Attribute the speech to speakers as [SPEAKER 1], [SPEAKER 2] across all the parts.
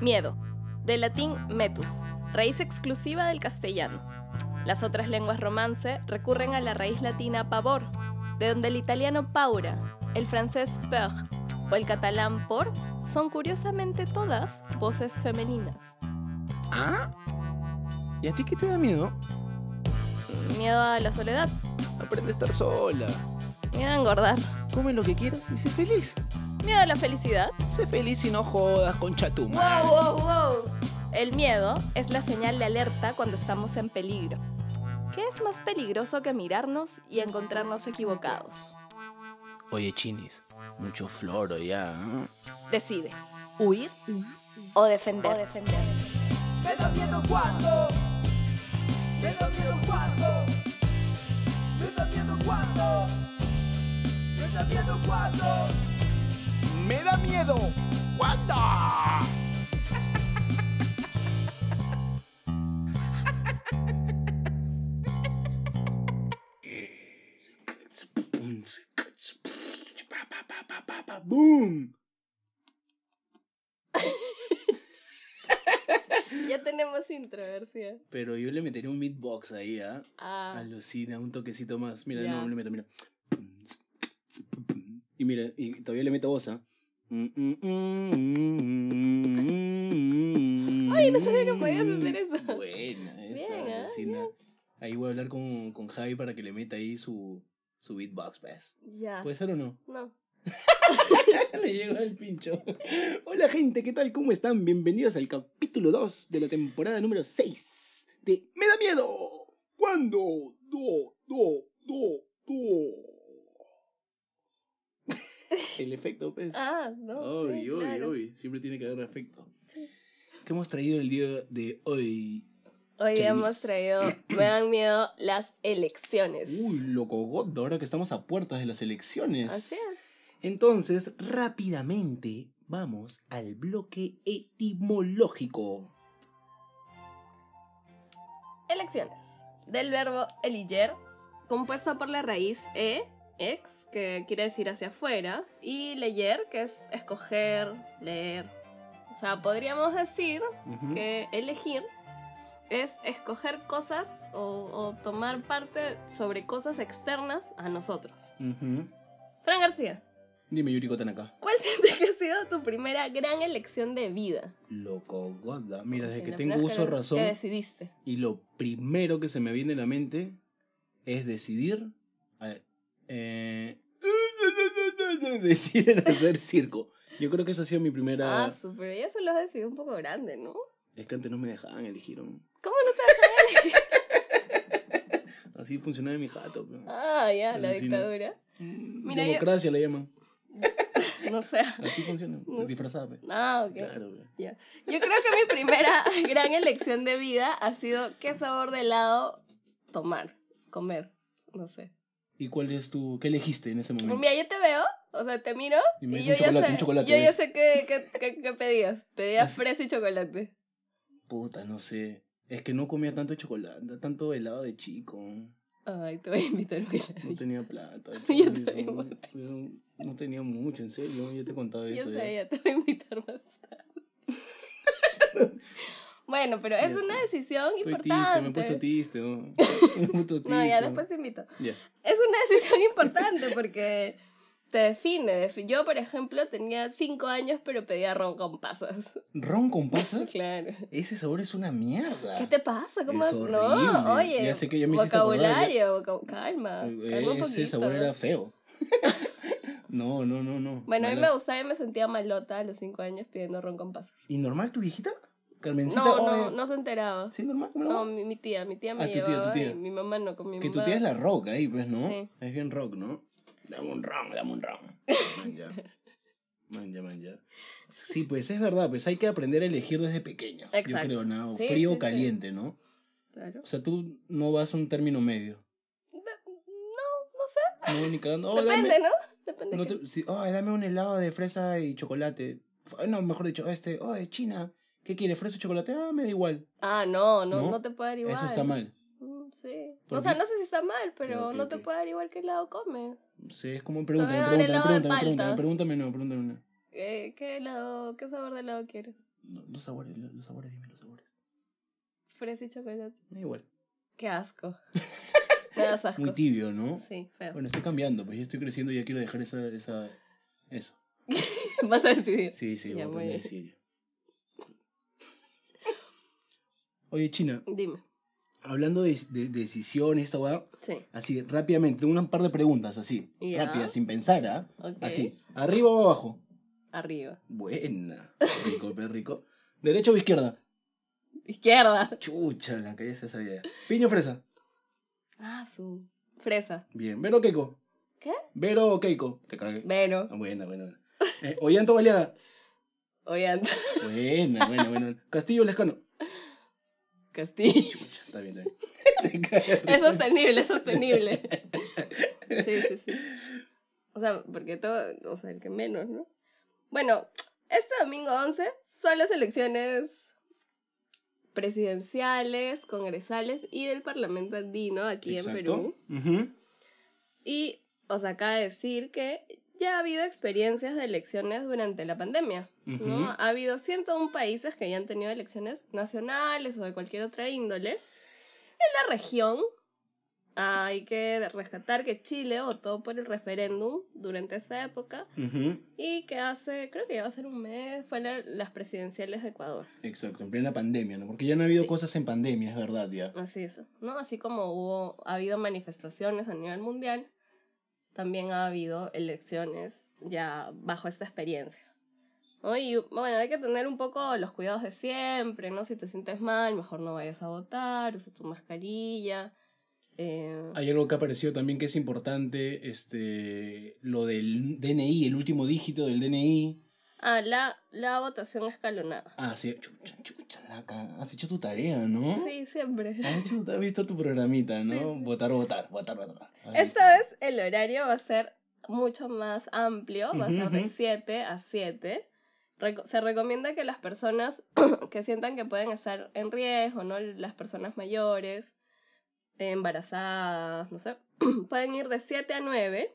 [SPEAKER 1] Miedo, del latín metus, raíz exclusiva del castellano. Las otras lenguas romance recurren a la raíz latina pavor, de donde el italiano paura, el francés peur o el catalán por son curiosamente todas voces femeninas.
[SPEAKER 2] ¿Ah? ¿Y a ti qué te da miedo?
[SPEAKER 1] Miedo a la soledad,
[SPEAKER 2] Aprende a estar sola.
[SPEAKER 1] miedo a engordar,
[SPEAKER 2] Come lo que quieras y sé feliz.
[SPEAKER 1] miedo a la felicidad.
[SPEAKER 2] Sé feliz y no jodas con
[SPEAKER 1] ¡Wow,
[SPEAKER 2] chatumar.
[SPEAKER 1] wow, wow! El miedo es la señal de alerta cuando estamos en peligro. ¿Qué es más peligroso que mirarnos y encontrarnos equivocados?
[SPEAKER 2] Oye, chinis, mucho floro ya. ¿eh?
[SPEAKER 1] Decide, huir o defender.
[SPEAKER 3] Me da miedo cuando. Me da miedo cuando. Me da miedo cuando. Me da miedo cuando. Me da miedo cuando.
[SPEAKER 2] ¡Boom!
[SPEAKER 1] Ya tenemos introversia.
[SPEAKER 2] Pero yo le metería un beatbox ahí, ¿ah?
[SPEAKER 1] Ah,
[SPEAKER 2] Alucina, un toquecito más. Mira,
[SPEAKER 1] Ya.
[SPEAKER 2] no, le meto, mira. Y mira, y todavía le meto voz, ¿ah? Ay,
[SPEAKER 1] no sabía que podías hacer eso.
[SPEAKER 2] Buena esa,
[SPEAKER 1] Bien, ¿ah?
[SPEAKER 2] alucina. Ahí voy a hablar con, con Javi para que le meta ahí su, su beatbox, ¿ves?
[SPEAKER 1] ya.
[SPEAKER 2] ¿Puede ser o no?
[SPEAKER 1] No.
[SPEAKER 2] Le llegó el pincho. Hola gente, ¿qué tal? ¿Cómo están? Bienvenidos al capítulo 2 de la temporada número 6 de Me da miedo. ¿Cuándo? Do, do, do, do. el efecto, pues.
[SPEAKER 1] Ah, no.
[SPEAKER 2] Hoy,
[SPEAKER 1] sí,
[SPEAKER 2] hoy,
[SPEAKER 1] claro.
[SPEAKER 2] hoy. Siempre tiene que haber efecto. ¿Qué hemos traído el día de hoy?
[SPEAKER 1] Hoy
[SPEAKER 2] Qué
[SPEAKER 1] hemos
[SPEAKER 2] dices.
[SPEAKER 1] traído, me dan miedo las elecciones.
[SPEAKER 2] Uy, loco gordo, ahora que estamos a puertas de las elecciones.
[SPEAKER 1] Así es.
[SPEAKER 2] Entonces, rápidamente vamos al bloque etimológico.
[SPEAKER 1] Elecciones. Del verbo eliger, compuesto por la raíz e, ex, que quiere decir hacia afuera, y leyer, que es escoger, leer. O sea, podríamos decir
[SPEAKER 2] Ujú.
[SPEAKER 1] que elegir es escoger cosas o, o tomar parte sobre cosas externas a nosotros.
[SPEAKER 2] Ujú.
[SPEAKER 1] Fran García,
[SPEAKER 2] Dime, Yuriko Tanaka.
[SPEAKER 1] ¿cuál sientes que ha sido tu primera gran elección de vida?
[SPEAKER 2] Loco gorda. Mira, desde
[SPEAKER 1] Sí,
[SPEAKER 2] que
[SPEAKER 1] la
[SPEAKER 2] tengo
[SPEAKER 1] primera
[SPEAKER 2] uso
[SPEAKER 1] vez que-
[SPEAKER 2] razón
[SPEAKER 1] Que decidiste.
[SPEAKER 2] y lo primero que se me viene a la mente es decidir. a- eh, decidir en hacer circo. Yo creo que esa ha sido mi primera.
[SPEAKER 1] Ah, super. Y eso lo has decidido un poco grande, ¿no?
[SPEAKER 2] Es que antes no me dejaban elegir. ¿no?
[SPEAKER 1] ¿Cómo no te dejaron elegir?
[SPEAKER 2] Así funcionaba mi jato. ¿no?
[SPEAKER 1] Ah, ya, la
[SPEAKER 2] Alucina.
[SPEAKER 1] dictadura.
[SPEAKER 2] Mm,
[SPEAKER 1] Mira, yo-
[SPEAKER 2] Democracia la llaman.
[SPEAKER 1] No sé.
[SPEAKER 2] Así funciona.
[SPEAKER 1] No sé.
[SPEAKER 2] Disfrazada. pe.
[SPEAKER 1] Ah, ok.
[SPEAKER 2] Claro, pues. pe.
[SPEAKER 1] Ya. Yo creo que mi primera gran elección de vida ha sido qué sabor de helado tomar, comer. No sé.
[SPEAKER 2] ¿Y cuál es tu. ¿Qué elegiste en ese momento?
[SPEAKER 1] Mira, yo te veo, o sea, te miro.
[SPEAKER 2] Y
[SPEAKER 1] Y,
[SPEAKER 2] me dices
[SPEAKER 1] yo
[SPEAKER 2] un
[SPEAKER 1] ya
[SPEAKER 2] chocolate,
[SPEAKER 1] sé,
[SPEAKER 2] un chocolate,
[SPEAKER 1] yo ya
[SPEAKER 2] ¿ves?
[SPEAKER 1] sé qué, qué, qué- qué pedías. Pedías
[SPEAKER 2] Así.
[SPEAKER 1] fresa y chocolate.
[SPEAKER 2] Puta, no sé. Es que no comía tanto chocolate, tanto helado de chico. No
[SPEAKER 1] Ay, te voy a invitar un heladito.
[SPEAKER 2] tenía plata.
[SPEAKER 1] Yo también
[SPEAKER 2] chorizo,
[SPEAKER 1] voté.
[SPEAKER 2] pero no tenía mucho, en serio. Yo te contaba
[SPEAKER 1] Yo
[SPEAKER 2] eso. ya.
[SPEAKER 1] sé, ya te voy a invitar más tarde. bueno, pero es
[SPEAKER 2] Ya
[SPEAKER 1] una
[SPEAKER 2] está.
[SPEAKER 1] decisión
[SPEAKER 2] Estoy
[SPEAKER 1] importante.
[SPEAKER 2] triste, me he puesto triste. ¿no? Me he puesto
[SPEAKER 1] no, ya
[SPEAKER 2] triste.
[SPEAKER 1] después te invito.
[SPEAKER 2] Ya.
[SPEAKER 1] Es una decisión importante porque te define. defi- Yo, por ejemplo, tenía cinco años, pero pedía ron con pasas.
[SPEAKER 2] ¿Ron con pasas?
[SPEAKER 1] Claro.
[SPEAKER 2] Ese sabor es una mierda.
[SPEAKER 1] ¿Qué te pasa? ¿Cómo
[SPEAKER 2] Es
[SPEAKER 1] vas-
[SPEAKER 2] horrible.
[SPEAKER 1] No, oye.
[SPEAKER 2] Ya sé que ya me hiciste acordar,
[SPEAKER 1] vocabulario, voca- calma. calma un
[SPEAKER 2] Eh, Ese
[SPEAKER 1] poquito.
[SPEAKER 2] sabor era feo. no, no, no, no.
[SPEAKER 1] Bueno, a mí me
[SPEAKER 2] Malas-
[SPEAKER 1] gustaba y me sentía malota a los cinco años pidiendo ron con pasas.
[SPEAKER 2] ¿Y normal tu viejita? Carmencita.
[SPEAKER 1] No,
[SPEAKER 2] oye.
[SPEAKER 1] no, no se enteraba.
[SPEAKER 2] ¿Sí, normal? ¿Cómo la
[SPEAKER 1] No,
[SPEAKER 2] llaman?
[SPEAKER 1] mi, mi tía, mi tía
[SPEAKER 2] Ah,
[SPEAKER 1] me
[SPEAKER 2] tu tía, tu
[SPEAKER 1] llevaba
[SPEAKER 2] tía.
[SPEAKER 1] y mi mamá no, con mi
[SPEAKER 2] Que tu
[SPEAKER 1] mamá.
[SPEAKER 2] tía es la rock ahí, pues, ¿no?
[SPEAKER 1] Sí.
[SPEAKER 2] Es bien rock, ¿no? Dame un round, dame un round. Man, ya. Man, ya, man, ya. Sí, pues es verdad, pues hay que aprender a elegir desde pequeño. Yo
[SPEAKER 1] Exacto.
[SPEAKER 2] creo, ¿no?
[SPEAKER 1] Sí,
[SPEAKER 2] Frío
[SPEAKER 1] sí,
[SPEAKER 2] o
[SPEAKER 1] sí.
[SPEAKER 2] caliente, ¿no?
[SPEAKER 1] Claro.
[SPEAKER 2] O sea, tú no vas a un término medio.
[SPEAKER 1] No, no sé.
[SPEAKER 2] No, ni cagando. Oh,
[SPEAKER 1] Depende,
[SPEAKER 2] dame.
[SPEAKER 1] ¿no? Depende.
[SPEAKER 2] No
[SPEAKER 1] qué.
[SPEAKER 2] te- sí, ay, dame un helado de fresa y chocolate. F- No, mejor dicho, este. Oh, China. ¿Qué quieres? ¿Fresa o chocolate? Ah, me da igual.
[SPEAKER 1] Ah, no, no,
[SPEAKER 2] No,
[SPEAKER 1] no, te puede dar igual.
[SPEAKER 2] Eso está mal.
[SPEAKER 1] Mm, Sí.
[SPEAKER 2] ¿Por
[SPEAKER 1] O sea,
[SPEAKER 2] qué?
[SPEAKER 1] no sé si está mal, pero
[SPEAKER 2] ok,
[SPEAKER 1] no
[SPEAKER 2] ok.
[SPEAKER 1] te puede dar igual qué helado comes.
[SPEAKER 2] Sí, es como pregúntame,
[SPEAKER 1] Todavía
[SPEAKER 2] pregúntame,
[SPEAKER 1] helado de
[SPEAKER 2] pregúntame, pregúntame,
[SPEAKER 1] palta.
[SPEAKER 2] pregúntame, no, pregúntame, no.
[SPEAKER 1] Eh, ¿Qué helado, qué sabor de helado quieres?
[SPEAKER 2] No, los sabores, los, los sabores, dime los sabores.
[SPEAKER 1] Fresa y chocolate.
[SPEAKER 2] Da igual.
[SPEAKER 1] Qué asco. Me das asco.
[SPEAKER 2] Muy tibio, ¿no?
[SPEAKER 1] Sí, feo.
[SPEAKER 2] Bueno, estoy cambiando, pues yo estoy creciendo y ya quiero dejar esa, esa, eso.
[SPEAKER 1] Vas a decidir.
[SPEAKER 2] Sí, sí,
[SPEAKER 1] Ya,
[SPEAKER 2] voy a aprender
[SPEAKER 1] muy
[SPEAKER 2] a
[SPEAKER 1] bien.
[SPEAKER 2] decir ya. Oye, China,
[SPEAKER 1] Dime.
[SPEAKER 2] hablando de, de decisiones, esta weá,
[SPEAKER 1] Sí.
[SPEAKER 2] así rápidamente, tengo un par de preguntas, así,
[SPEAKER 1] Ya.
[SPEAKER 2] rápidas, sin pensar, ¿ah?
[SPEAKER 1] Ok.
[SPEAKER 2] Así, arriba o abajo.
[SPEAKER 1] Arriba.
[SPEAKER 2] Buena. Rico, pe rico. ¿Derecha o izquierda?
[SPEAKER 1] Izquierda.
[SPEAKER 2] Chucha, la calle se sabía. Piño o fresa.
[SPEAKER 1] Ah, su. Fresa.
[SPEAKER 2] Bien. ¿Vero o Keiko?
[SPEAKER 1] ¿Qué?
[SPEAKER 2] ¿Vero o Keiko? Te cagué.
[SPEAKER 1] Veno.
[SPEAKER 2] Ah, Buena, buena, buena. Eh, Ollanta o Baleaga.
[SPEAKER 1] Ollanta.
[SPEAKER 2] Buena, buena, buena. Castillo o Lescano.
[SPEAKER 1] Castillo.
[SPEAKER 2] Chucha, está bien, está bien. Te cagué.
[SPEAKER 1] Es sostenible, es sostenible. Sí, sí, sí. O sea, porque todo, o sea, el que menos, ¿no? Bueno, este domingo 11 son las elecciones presidenciales, congresales y del Parlamento andino aquí
[SPEAKER 2] Exacto.
[SPEAKER 1] en Perú.
[SPEAKER 2] Ujú.
[SPEAKER 1] Y os acaba de decir que ya ha habido experiencias de elecciones durante la pandemia. ¿no?
[SPEAKER 2] Ujú.
[SPEAKER 1] Ha habido 101 países que ya han tenido elecciones nacionales o de cualquier otra índole. En la región hay que rescatar que Chile votó por el referéndum durante esa época
[SPEAKER 2] Ujú.
[SPEAKER 1] y que hace, creo que ya va a ser un mes, fueron las presidenciales de Ecuador.
[SPEAKER 2] Exacto, en plena pandemia, ¿no? Porque ya no ha habido
[SPEAKER 1] Sí.
[SPEAKER 2] cosas en pandemia, es verdad, ya.
[SPEAKER 1] Así es, ¿no? Así como hubo, ha habido manifestaciones a nivel mundial, también ha habido elecciones ya bajo esta experiencia. ¿no? Y bueno, hay que tener un poco los cuidados de siempre, ¿no? Si te sientes mal, mejor no vayas a votar, usa tu mascarilla. eh,
[SPEAKER 2] Hay algo que ha aparecido también que es importante, este, lo del DNI, el último dígito del DNI.
[SPEAKER 1] ah, la, la votación escalonada.
[SPEAKER 2] Ah, sí, chucha, chucha, laca. Has hecho tu tarea, ¿no?
[SPEAKER 1] Sí, siempre.
[SPEAKER 2] Has, hecho, has visto tu programita, ¿no?
[SPEAKER 1] Sí, sí.
[SPEAKER 2] Votar, votar, votar, votar. Has
[SPEAKER 1] Esta vez el horario va a ser mucho más amplio, va a
[SPEAKER 2] Ujú,
[SPEAKER 1] ser de
[SPEAKER 2] ujú.
[SPEAKER 1] 7 a 7. Reco- se recomienda que las personas que sientan que pueden estar en riesgo, ¿no? Las personas mayores, embarazadas, no sé, pueden ir de 7 a 9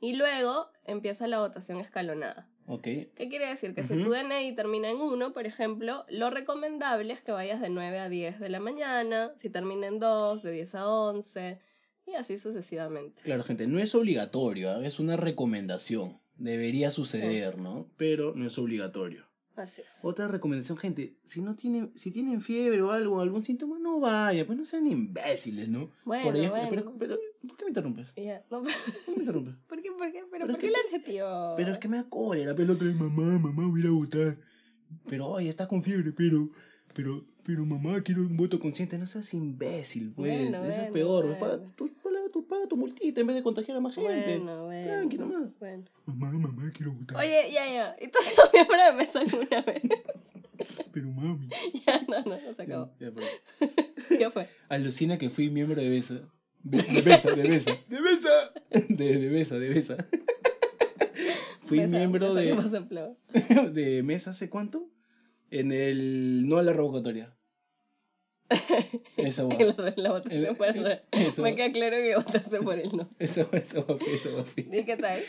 [SPEAKER 1] y luego empieza la votación escalonada.
[SPEAKER 2] visto. Ok.
[SPEAKER 1] ¿Qué quiere decir? Que si
[SPEAKER 2] Ujú.
[SPEAKER 1] tu DNI termina en 1, por ejemplo, lo recomendable es que vayas de 9 a 10 de la mañana, si termina en 2, de 10 a 11, y así sucesivamente.
[SPEAKER 2] Claro, gente, no es obligatorio, ¿ah? es una recomendación. Debería suceder, ¿no? Pero no es obligatorio.
[SPEAKER 1] Así es.
[SPEAKER 2] Otra recomendación, gente, si no tienen, si tienen fiebre o algo, algún síntoma, no vayan, pues no sean imbéciles, ¿no?
[SPEAKER 1] Bueno,
[SPEAKER 2] Por ahí-
[SPEAKER 1] bueno.
[SPEAKER 2] pero, pero, ¿por qué me interrumpes?
[SPEAKER 1] Y ya, no, pero-
[SPEAKER 2] ¿Por qué me interrumpes?
[SPEAKER 1] ¿Por qué, por qué, pero
[SPEAKER 2] Pero
[SPEAKER 1] por qué el
[SPEAKER 2] es que-
[SPEAKER 1] adjetivo?
[SPEAKER 2] Pero es que me da cólera, pero el otro día, mamá, mamá, voy a ir a votar. Pero, ay, estás con fiebre, pero, pero, pero mamá, quiero un voto consciente. No seas imbécil, pues.
[SPEAKER 1] Bueno,
[SPEAKER 2] Eso es
[SPEAKER 1] bueno,
[SPEAKER 2] peor.
[SPEAKER 1] bueno.
[SPEAKER 2] Paga, tú, paga tu, paga tu multita en vez de contagiar a más gente.
[SPEAKER 1] Bueno, bueno.
[SPEAKER 2] Tranqui nomás.
[SPEAKER 1] Bueno.
[SPEAKER 2] Mamá, mamá, quiero votar.
[SPEAKER 1] Oye, ya, ya. ¿Y tú has sido miembro de mesa alguna vez?
[SPEAKER 2] Pero mami.
[SPEAKER 1] ya, no, no, no se acabó.
[SPEAKER 2] Ya, ya, pero-
[SPEAKER 1] Ya fue.
[SPEAKER 2] Alucina que fui miembro de Besa. Be- De Besa, de Besa. ¡De Besa! De, de Besa, de Besa. Fui
[SPEAKER 1] Mesa,
[SPEAKER 2] miembro
[SPEAKER 1] mesa que
[SPEAKER 2] de,
[SPEAKER 1] pasa en plavo.
[SPEAKER 2] de Mesa hace cuánto? En el. No a la revocatoria. Esa
[SPEAKER 1] En
[SPEAKER 2] guapa.
[SPEAKER 1] la, la votación
[SPEAKER 2] Oh. El-
[SPEAKER 1] por el-
[SPEAKER 2] eso.
[SPEAKER 1] Me queda claro que votaste por el no.
[SPEAKER 2] Esa guapa, esa guapa, esa guapa.
[SPEAKER 1] ¿Y qué tal?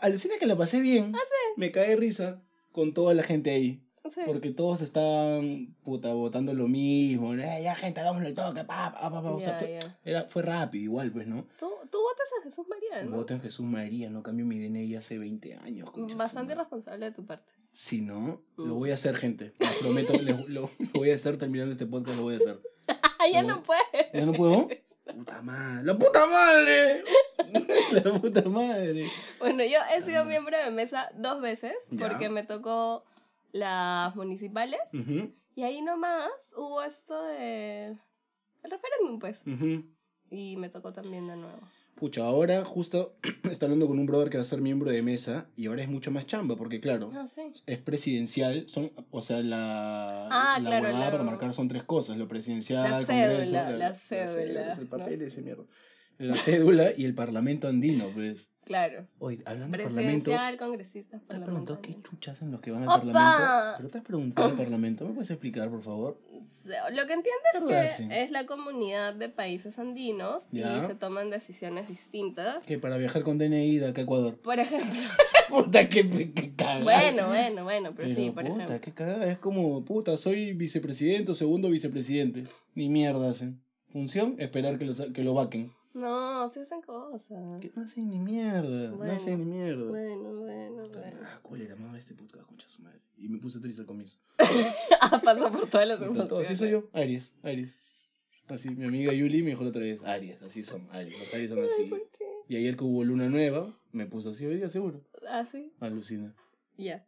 [SPEAKER 2] Alucina que la pasé bien. Me cae de risa con toda la gente ahí.
[SPEAKER 1] Sí.
[SPEAKER 2] Porque todos estaban, puta, votando lo mismo. Eh, ya, gente, hagámoslo el toque. Pa, pa, pa, pa. O sea,
[SPEAKER 1] Ya,
[SPEAKER 2] fue,
[SPEAKER 1] ya.
[SPEAKER 2] era, fue rápido, igual, pues, ¿no?
[SPEAKER 1] Tú, tú votas a Jesús María, ¿no?
[SPEAKER 2] Voto en Jesús María, no cambio mi DNI hace 20 años. concha su
[SPEAKER 1] Bastante
[SPEAKER 2] madre.
[SPEAKER 1] responsable de tu parte.
[SPEAKER 2] Si no,
[SPEAKER 1] Mm.
[SPEAKER 2] lo voy a hacer, gente. Les prometo, les- lo, lo voy a hacer terminando este podcast, lo voy a hacer.
[SPEAKER 1] ¡Ah, ya
[SPEAKER 2] No.
[SPEAKER 1] no puedes!
[SPEAKER 2] ¿Ya no puedo? Puta madre. ¡La puta madre! ¡La puta madre!
[SPEAKER 1] Bueno, yo he sido
[SPEAKER 2] Ah.
[SPEAKER 1] miembro de mesa dos veces
[SPEAKER 2] Ya.
[SPEAKER 1] porque me tocó las municipales
[SPEAKER 2] Ujú,
[SPEAKER 1] y ahí nomás hubo esto de... El referéndum, pues.
[SPEAKER 2] ujú.
[SPEAKER 1] Y me tocó también de nuevo.
[SPEAKER 2] Pucha, ahora justo está hablando con un brother que va a ser miembro de mesa y ahora es mucho más chamba, porque claro,
[SPEAKER 1] Ah, sí.
[SPEAKER 2] es presidencial, son, o sea, la,
[SPEAKER 1] Ah,
[SPEAKER 2] la
[SPEAKER 1] claro,
[SPEAKER 2] huevada
[SPEAKER 1] la-
[SPEAKER 2] para marcar son tres cosas, lo presidencial,
[SPEAKER 1] La
[SPEAKER 2] el Congreso,
[SPEAKER 1] cédula, la
[SPEAKER 2] cédula,
[SPEAKER 1] cédula,
[SPEAKER 2] es el papel
[SPEAKER 1] ¿no?
[SPEAKER 2] ese mierda. La cédula y el Parlamento andino, pues.
[SPEAKER 1] Claro.
[SPEAKER 2] Hoy, hablando del Parlamento,
[SPEAKER 1] Presencia al congresista.
[SPEAKER 2] ¿te has preguntado qué chuchas en los que van al
[SPEAKER 1] ¡Opa!
[SPEAKER 2] Parlamento? ¿Pero te has preguntado al Parlamento? ¿Me puedes explicar, por favor?
[SPEAKER 1] Lo que entiendo
[SPEAKER 2] ¿Qué
[SPEAKER 1] que eh,
[SPEAKER 2] verdad, sí?
[SPEAKER 1] es la comunidad de países andinos y
[SPEAKER 2] Ya.
[SPEAKER 1] se toman decisiones distintas.
[SPEAKER 2] Que para viajar con DNI de acá a Ecuador.
[SPEAKER 1] Por ejemplo,
[SPEAKER 2] Puta, qué, qué cagada.
[SPEAKER 1] bueno, bueno, bueno, pero,
[SPEAKER 2] Pero,
[SPEAKER 1] Pues sí, por
[SPEAKER 2] puta,
[SPEAKER 1] ejemplo.
[SPEAKER 2] qué cagada. Es como, puta, soy vicepresidente o segundo vicepresidente. Ni mierda hacen. Función, esperar que lo, sa- que lo vaquen.
[SPEAKER 1] No, se hacen cosas.
[SPEAKER 2] Que no hacen ni mierda.
[SPEAKER 1] Bueno,
[SPEAKER 2] no hacen ni mierda.
[SPEAKER 1] Bueno, bueno,
[SPEAKER 2] Puta,
[SPEAKER 1] bueno.
[SPEAKER 2] Ah, cólera, amaba este podcast, concha su madre. Y me puse triste al comienzo.
[SPEAKER 1] Ah, pasó por todas las
[SPEAKER 2] Me encantó, Así
[SPEAKER 1] emociones.
[SPEAKER 2] soy yo, Aries, Aries. Así, mi amiga Yuli me dijo la otra vez, Aries, así son, Aries, los Aries son
[SPEAKER 1] Ay,
[SPEAKER 2] así.
[SPEAKER 1] ¿por qué?
[SPEAKER 2] Y ayer que hubo luna nueva, me puso así hoy día seguro.
[SPEAKER 1] Así,
[SPEAKER 2] Alucina.
[SPEAKER 1] Ah, ya.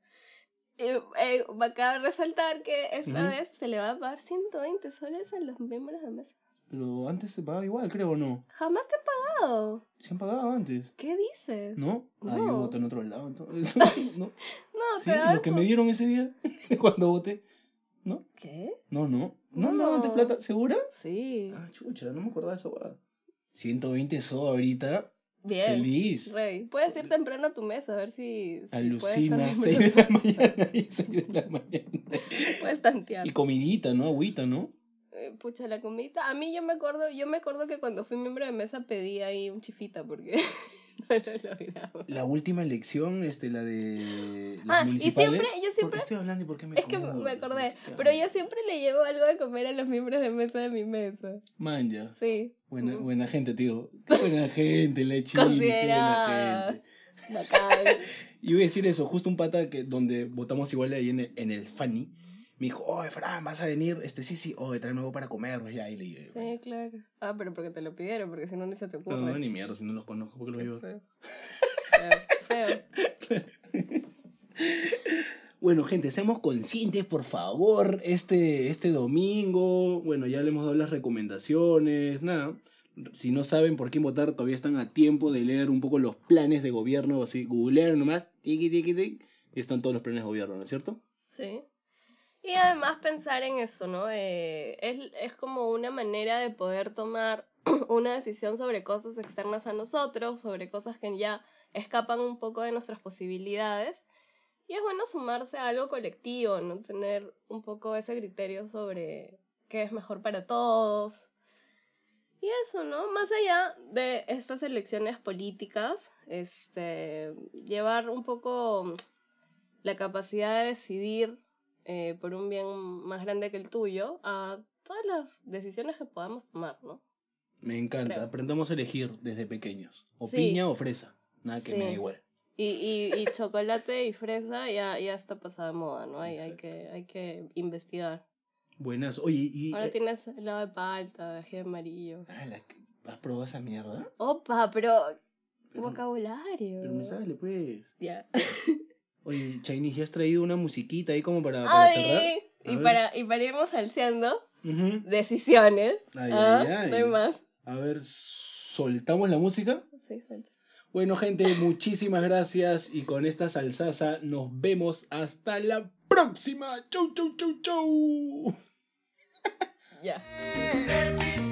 [SPEAKER 1] Eh, eh, cabe resaltar que esta
[SPEAKER 2] Ujú.
[SPEAKER 1] vez se le va a pagar 120 soles a los miembros de mesa.
[SPEAKER 2] Pero antes se pagaba igual, creo, ¿o no?
[SPEAKER 1] Jamás te he pagado.
[SPEAKER 2] Se han pagado antes.
[SPEAKER 1] ¿Qué dices?
[SPEAKER 2] ¿No? Ah, yo
[SPEAKER 1] No.
[SPEAKER 2] voto en otro lado, entonces. ¿No?
[SPEAKER 1] No,
[SPEAKER 2] Sí,
[SPEAKER 1] te daban
[SPEAKER 2] lo que
[SPEAKER 1] tus-
[SPEAKER 2] me dieron ese día, cuando voté. ¿No?
[SPEAKER 1] ¿Qué?
[SPEAKER 2] No, no. ¿No
[SPEAKER 1] No.
[SPEAKER 2] andaba antes plata? ¿Segura?
[SPEAKER 1] Sí.
[SPEAKER 2] Ah, chucha, no me acordaba de esa guada. 120 so ahorita.
[SPEAKER 1] Bien.
[SPEAKER 2] Feliz.
[SPEAKER 1] Rey, puedes ir temprano a tu mesa a ver si. si
[SPEAKER 2] Alucina,
[SPEAKER 1] puedes,
[SPEAKER 2] 6 de la mañana y 6 de la mañana.
[SPEAKER 1] puedes tantear.
[SPEAKER 2] Y comidita, ¿no? Agüita, ¿no?
[SPEAKER 1] Eh, Pucha, la comidita. A mí yo me acuerdo, yo me acuerdo que cuando fui miembro de mesa pedí ahí un chifita porque no lo lograba.
[SPEAKER 2] La última elección, este, la de las
[SPEAKER 1] Ah, y
[SPEAKER 2] municipales.
[SPEAKER 1] siempre, yo
[SPEAKER 2] ¿Por qué
[SPEAKER 1] siempre.
[SPEAKER 2] estoy hablando y por qué me
[SPEAKER 1] Es que
[SPEAKER 2] acomodo? Ah,
[SPEAKER 1] me acordé,
[SPEAKER 2] Ya.
[SPEAKER 1] pero yo siempre le llevo algo de comer a los miembros de mesa de mi mesa.
[SPEAKER 2] Man, ya.
[SPEAKER 1] Sí.
[SPEAKER 2] Buena,
[SPEAKER 1] Mm.
[SPEAKER 2] buena gente, tío. Qué buena gente, la chile, qué buena
[SPEAKER 1] Considera-
[SPEAKER 2] gente.
[SPEAKER 1] Bacán.
[SPEAKER 2] Y voy a decir eso, justo un pata que donde votamos igual ahí en el, en el Fanny, me dijo, oye, Fran, ¿vas a venir? Este, sí, sí, oye, tráeme algo para comer, pues, ya, y le dije,
[SPEAKER 1] Sí, claro. Ah, pero porque te lo pidieron, porque si no ni se te ocurre.
[SPEAKER 2] no, no, ni mierda, si no los conozco, porque los
[SPEAKER 1] Qué
[SPEAKER 2] llevo?
[SPEAKER 1] feo. Feo, feo.
[SPEAKER 2] Bueno, gente, seamos conscientes, por favor, este, este domingo, bueno, ya le hemos dado las recomendaciones, nada. Si no saben por quién votar, todavía están a tiempo de leer un poco los planes de gobierno, así, googlear nomás, tiqui, tiqui, tiqui, y están todos los planes de gobierno, ¿no es cierto?
[SPEAKER 1] Sí. Y además pensar en eso, ¿no? Eh, es, es como una manera de poder tomar una decisión sobre cosas externas a nosotros, sobre cosas que ya escapan un poco de nuestras posibilidades. Y es bueno sumarse a algo colectivo, ¿no? Tener un poco ese criterio sobre qué es mejor para todos. Y eso, ¿no? Más allá de estas elecciones políticas, este, llevar un poco mm, la capacidad de decidir eh, por un bien más grande que el tuyo a todas las decisiones que podamos tomar, ¿no?
[SPEAKER 2] Me encanta,
[SPEAKER 1] Creo.
[SPEAKER 2] aprendamos a elegir desde pequeños, o
[SPEAKER 1] Sí.
[SPEAKER 2] piña o fresa, nada que me da
[SPEAKER 1] Sí.
[SPEAKER 2] igual.
[SPEAKER 1] Y, y, y chocolate y fresa ya, ya está pasada de moda, ¿no? Hay, hay,
[SPEAKER 2] Exacto.
[SPEAKER 1] que, hay que investigar.
[SPEAKER 2] Buenas. Oye, y.
[SPEAKER 1] Ahora
[SPEAKER 2] eh,
[SPEAKER 1] tienes helado de palta, de ají amarillo.
[SPEAKER 2] ah, la que- ¿Has probado esa mierda?
[SPEAKER 1] Opa, pero
[SPEAKER 2] Pero-
[SPEAKER 1] vocabulario.
[SPEAKER 2] Pero me sale, pues.
[SPEAKER 1] Ya.
[SPEAKER 2] Oye, Chinese, ¿ya has traído una musiquita ahí como para, para cerrar?
[SPEAKER 1] Ay,
[SPEAKER 2] A
[SPEAKER 1] y
[SPEAKER 2] ver.
[SPEAKER 1] para, y para irnos alceando,
[SPEAKER 2] Ujú.
[SPEAKER 1] decisiones.
[SPEAKER 2] Ay,
[SPEAKER 1] Ah,
[SPEAKER 2] ay, ay.
[SPEAKER 1] No hay más.
[SPEAKER 2] A ver, soltamos la música.
[SPEAKER 1] Sí, suelta.
[SPEAKER 2] Bueno, gente, muchísimas gracias. Y con esta salsaza nos vemos hasta la próxima. Chau, chau, chau, chau.
[SPEAKER 1] Ya.
[SPEAKER 3] Decisiones.